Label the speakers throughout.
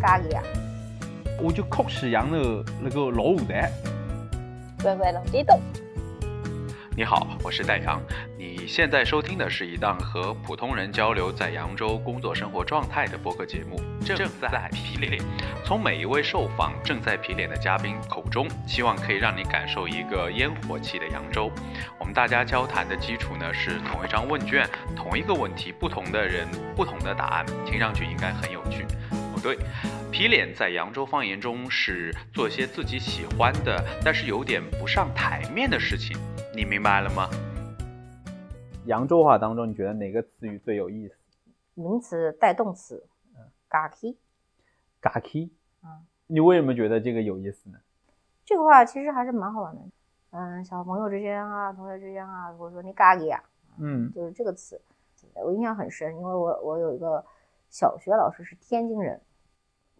Speaker 1: 啥个呀？
Speaker 2: 我就哭喜羊的那个老虎队。
Speaker 1: 乖乖龙激动。
Speaker 3: 你好，我是戴阳。你现在收听的是一档和普通人交流在扬州工作生活状态的播客节目，正在皮脸。从每一位受访正在皮脸的嘉宾口中，希望可以让你感受一个烟火气的扬州。我们大家交谈的基础呢是同一张问卷，同一个问题，不同的人不同的答案，听上去应该很有趣。不对，皮脸在扬州方言中是做些自己喜欢的，但是有点不上台面的事情。你明白了吗？
Speaker 4: 扬州话当中，你觉得哪个词语最有意思？
Speaker 1: 名词带动词，嘎气。
Speaker 4: 嘎 k
Speaker 1: 嗯，
Speaker 4: 你为什么觉得这个有意思呢？
Speaker 1: 这个话其实还是蛮好玩的。嗯，小朋友之间啊，同学之间啊，如果说你嘎给呀，
Speaker 4: 嗯，
Speaker 1: 就是这个词，我印象很深，因为我我有一个小学老师是天津人，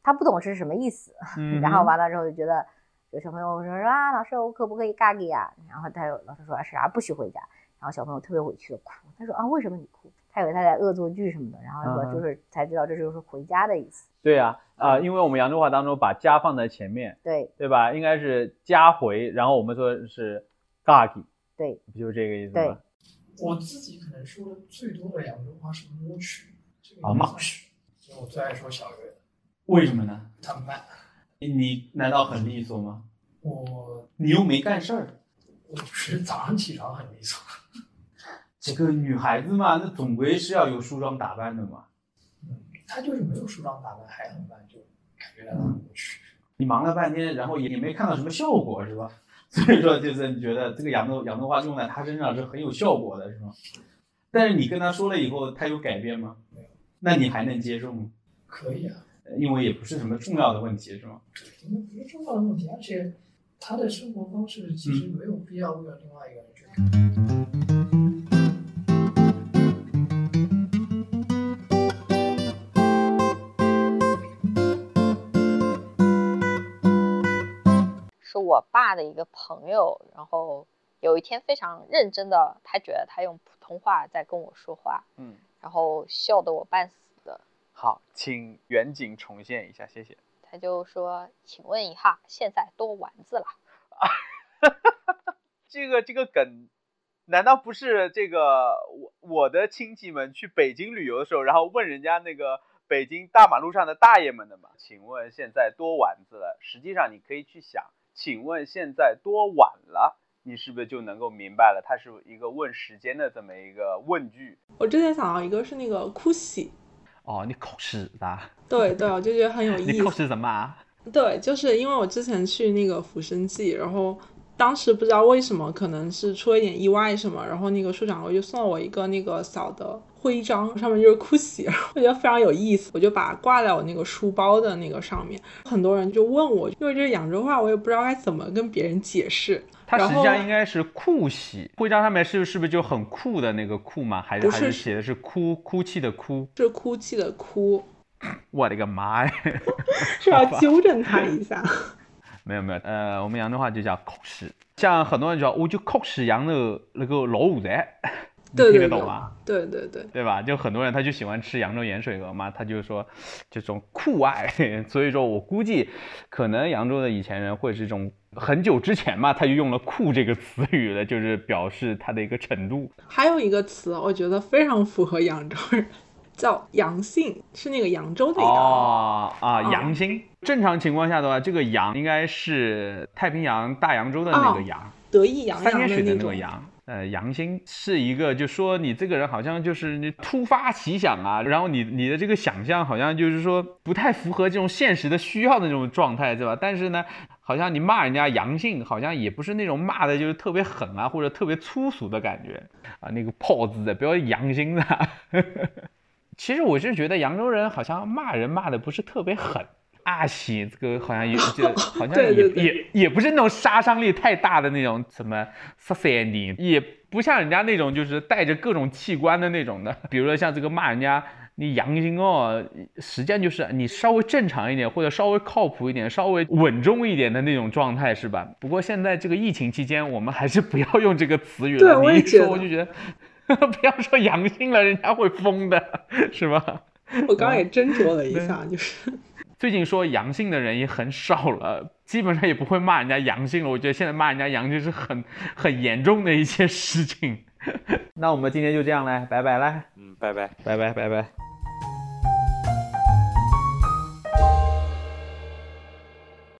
Speaker 1: 他不懂是什么意思，
Speaker 4: 嗯
Speaker 1: 然后完了之后就觉得有小朋友说说啊，老师我可不可以嘎给呀？然后他有老师说是啊，不许回家。然后小朋友特别委屈的哭，他说啊为什么你哭？他以为他在恶作剧什么的，然后
Speaker 4: 嗯
Speaker 1: 说就是才知道这就是回家的意思。
Speaker 4: 对啊，啊、
Speaker 1: 嗯
Speaker 4: 因为我们扬州话当中把家放在前面，
Speaker 1: 对
Speaker 4: 对吧？应该是家回，然后我们说是嘎 k
Speaker 1: 对，
Speaker 4: 不就是这个意思吗？
Speaker 5: 我自己可能说的最多的扬州话是摸曲，这个
Speaker 6: 啊
Speaker 5: 也
Speaker 6: 摸
Speaker 5: 算是就我最爱说小月的，
Speaker 6: 为什么呢？
Speaker 5: 他慢，
Speaker 6: 你难道很利索吗？
Speaker 5: 我
Speaker 6: 你又没干事儿。
Speaker 5: 我是早上起床很利索，
Speaker 6: 这个女孩子嘛，那总归是要有梳妆打扮的嘛。
Speaker 5: 嗯，他就是没有梳妆打扮还很慢，就感觉到他很摸曲。
Speaker 6: 你忙了半天，然后也也没看到什么效果，是吧？ 所以说，就是你觉得这个扬州扬州话用在她身上是很有效果的，是吗？但是你跟她说了以后，她有改变吗？那你还能接受吗？
Speaker 5: 可以啊，
Speaker 6: 呃因为也不是什么重要的问题，是吗？
Speaker 5: 因为不是重要的问题，而且他的生活方式其
Speaker 6: 嗯
Speaker 5: 实没有必要为了另外一个人去改变。
Speaker 7: 是我爸的一个朋友，然后有一天非常认真的，他觉得他用普通话在跟我说话，
Speaker 3: 嗯，
Speaker 7: 然后笑得我半死的。
Speaker 3: 好，请远景重现一下，谢谢。
Speaker 7: 他就说：“请问一下，现在多丸子啦
Speaker 2: 这个这个梗，难道不是这个我我的亲戚们去北京旅游的时候，然后问人家那个北京大马路上的大爷们的吗？请问现在多晚子了？实际上你可以去想，请问现在多晚了？你是不是就能够明白了？它是一个问时间的这么一个问句。
Speaker 8: 我之前想到一个是那个哭喜，
Speaker 2: 哦，你考试啥？
Speaker 8: 对对，我就觉得很有意
Speaker 2: 啊你考
Speaker 8: 思。
Speaker 2: 试什么啊？
Speaker 8: 对，就是因为我之前去那个浮生记，然后当时不知道为什么，可能是出了一点意外什么，然后那个处长我就送了我一个那个小的徽章，上面就是哭喜， 然后我觉得非常有意思，我就把它挂在我那个书包的那个上面。很多人就问我，因为这是扬州话，我也不知道该怎么跟别人解释。
Speaker 2: 它
Speaker 8: 然
Speaker 2: 实际
Speaker 8: 后
Speaker 2: 上应该是酷喜，徽章上面是是不是就很酷的那个酷吗？还是
Speaker 8: 不
Speaker 2: 还
Speaker 8: 是
Speaker 2: 是写的是哭哭泣的哭？
Speaker 8: 是哭泣的哭，
Speaker 2: 我的个妈呀！
Speaker 8: 是要纠正他一下。
Speaker 2: 没有没有，呃，我们扬州话就叫哭屎，像很多人叫我就哭屎扬的那个老虎 台，你
Speaker 8: 对
Speaker 2: 听得
Speaker 8: 对对
Speaker 2: 懂吗？，
Speaker 8: 对对对。
Speaker 2: 对吧？就很多人他就喜欢吃扬州盐水鹅嘛，他就说这种酷爱， 所以说我估计可能扬州的以前人会是这种很久之前嘛，他就用了“酷”这个词语了，就是表示他的一个程度。
Speaker 8: 还有一个词，我觉得非常符合扬州人，叫“阳性”，是那个扬州的一个。
Speaker 2: 哦啊，
Speaker 8: 哦
Speaker 2: 洋星。正常情况下的话，这个洋应该是太平洋大扬州的那个
Speaker 8: 哦
Speaker 2: 洋。
Speaker 8: 得意洋
Speaker 2: 三
Speaker 8: 洋
Speaker 2: 点水的
Speaker 8: 那
Speaker 2: 那个
Speaker 8: 种。
Speaker 2: 洋，呃，洋星是一个，就说你这个人好像就是你突发奇想啊，然后你你的这个想象好像就是说不太符合这种现实的需要的那种状态，对吧？但是呢，好像你骂人家洋性，好像也不是那种骂的就是特别狠啊，或者特别粗俗的感觉啊，那个炮子的不要洋性的。啊其实我是觉得扬州人好像骂人骂的不是特别狠。阿喜这个好像也 就好像也
Speaker 8: 对对对
Speaker 2: 也也不是那种杀伤力太大的那种什么十三年，也不像人家那种就是带着各种器官的那种的，比如说像这个骂人家你阳性哦，实际上就是你稍微正常一点，或者稍微靠谱一点，稍微稳重一点的那种状态，是吧？不过现在这个疫情期间，我们还是不要用这个词语
Speaker 8: 对
Speaker 2: 了。
Speaker 8: 我
Speaker 2: 你
Speaker 8: 也
Speaker 2: 一
Speaker 8: 觉
Speaker 2: 说
Speaker 8: 得
Speaker 2: 我就觉得， 不要说阳性了，人家会疯的，是吧？嗯
Speaker 8: 我刚刚也斟酌了一下，就是
Speaker 2: 最近说阳性的人也很少了，基本上也不会骂人家阳性了。我觉得现在骂人家阳性是很很严重的一件事情。
Speaker 4: 那我们今天就这样嘞，拜拜啦，
Speaker 9: 嗯，拜拜。
Speaker 4: 拜拜拜拜。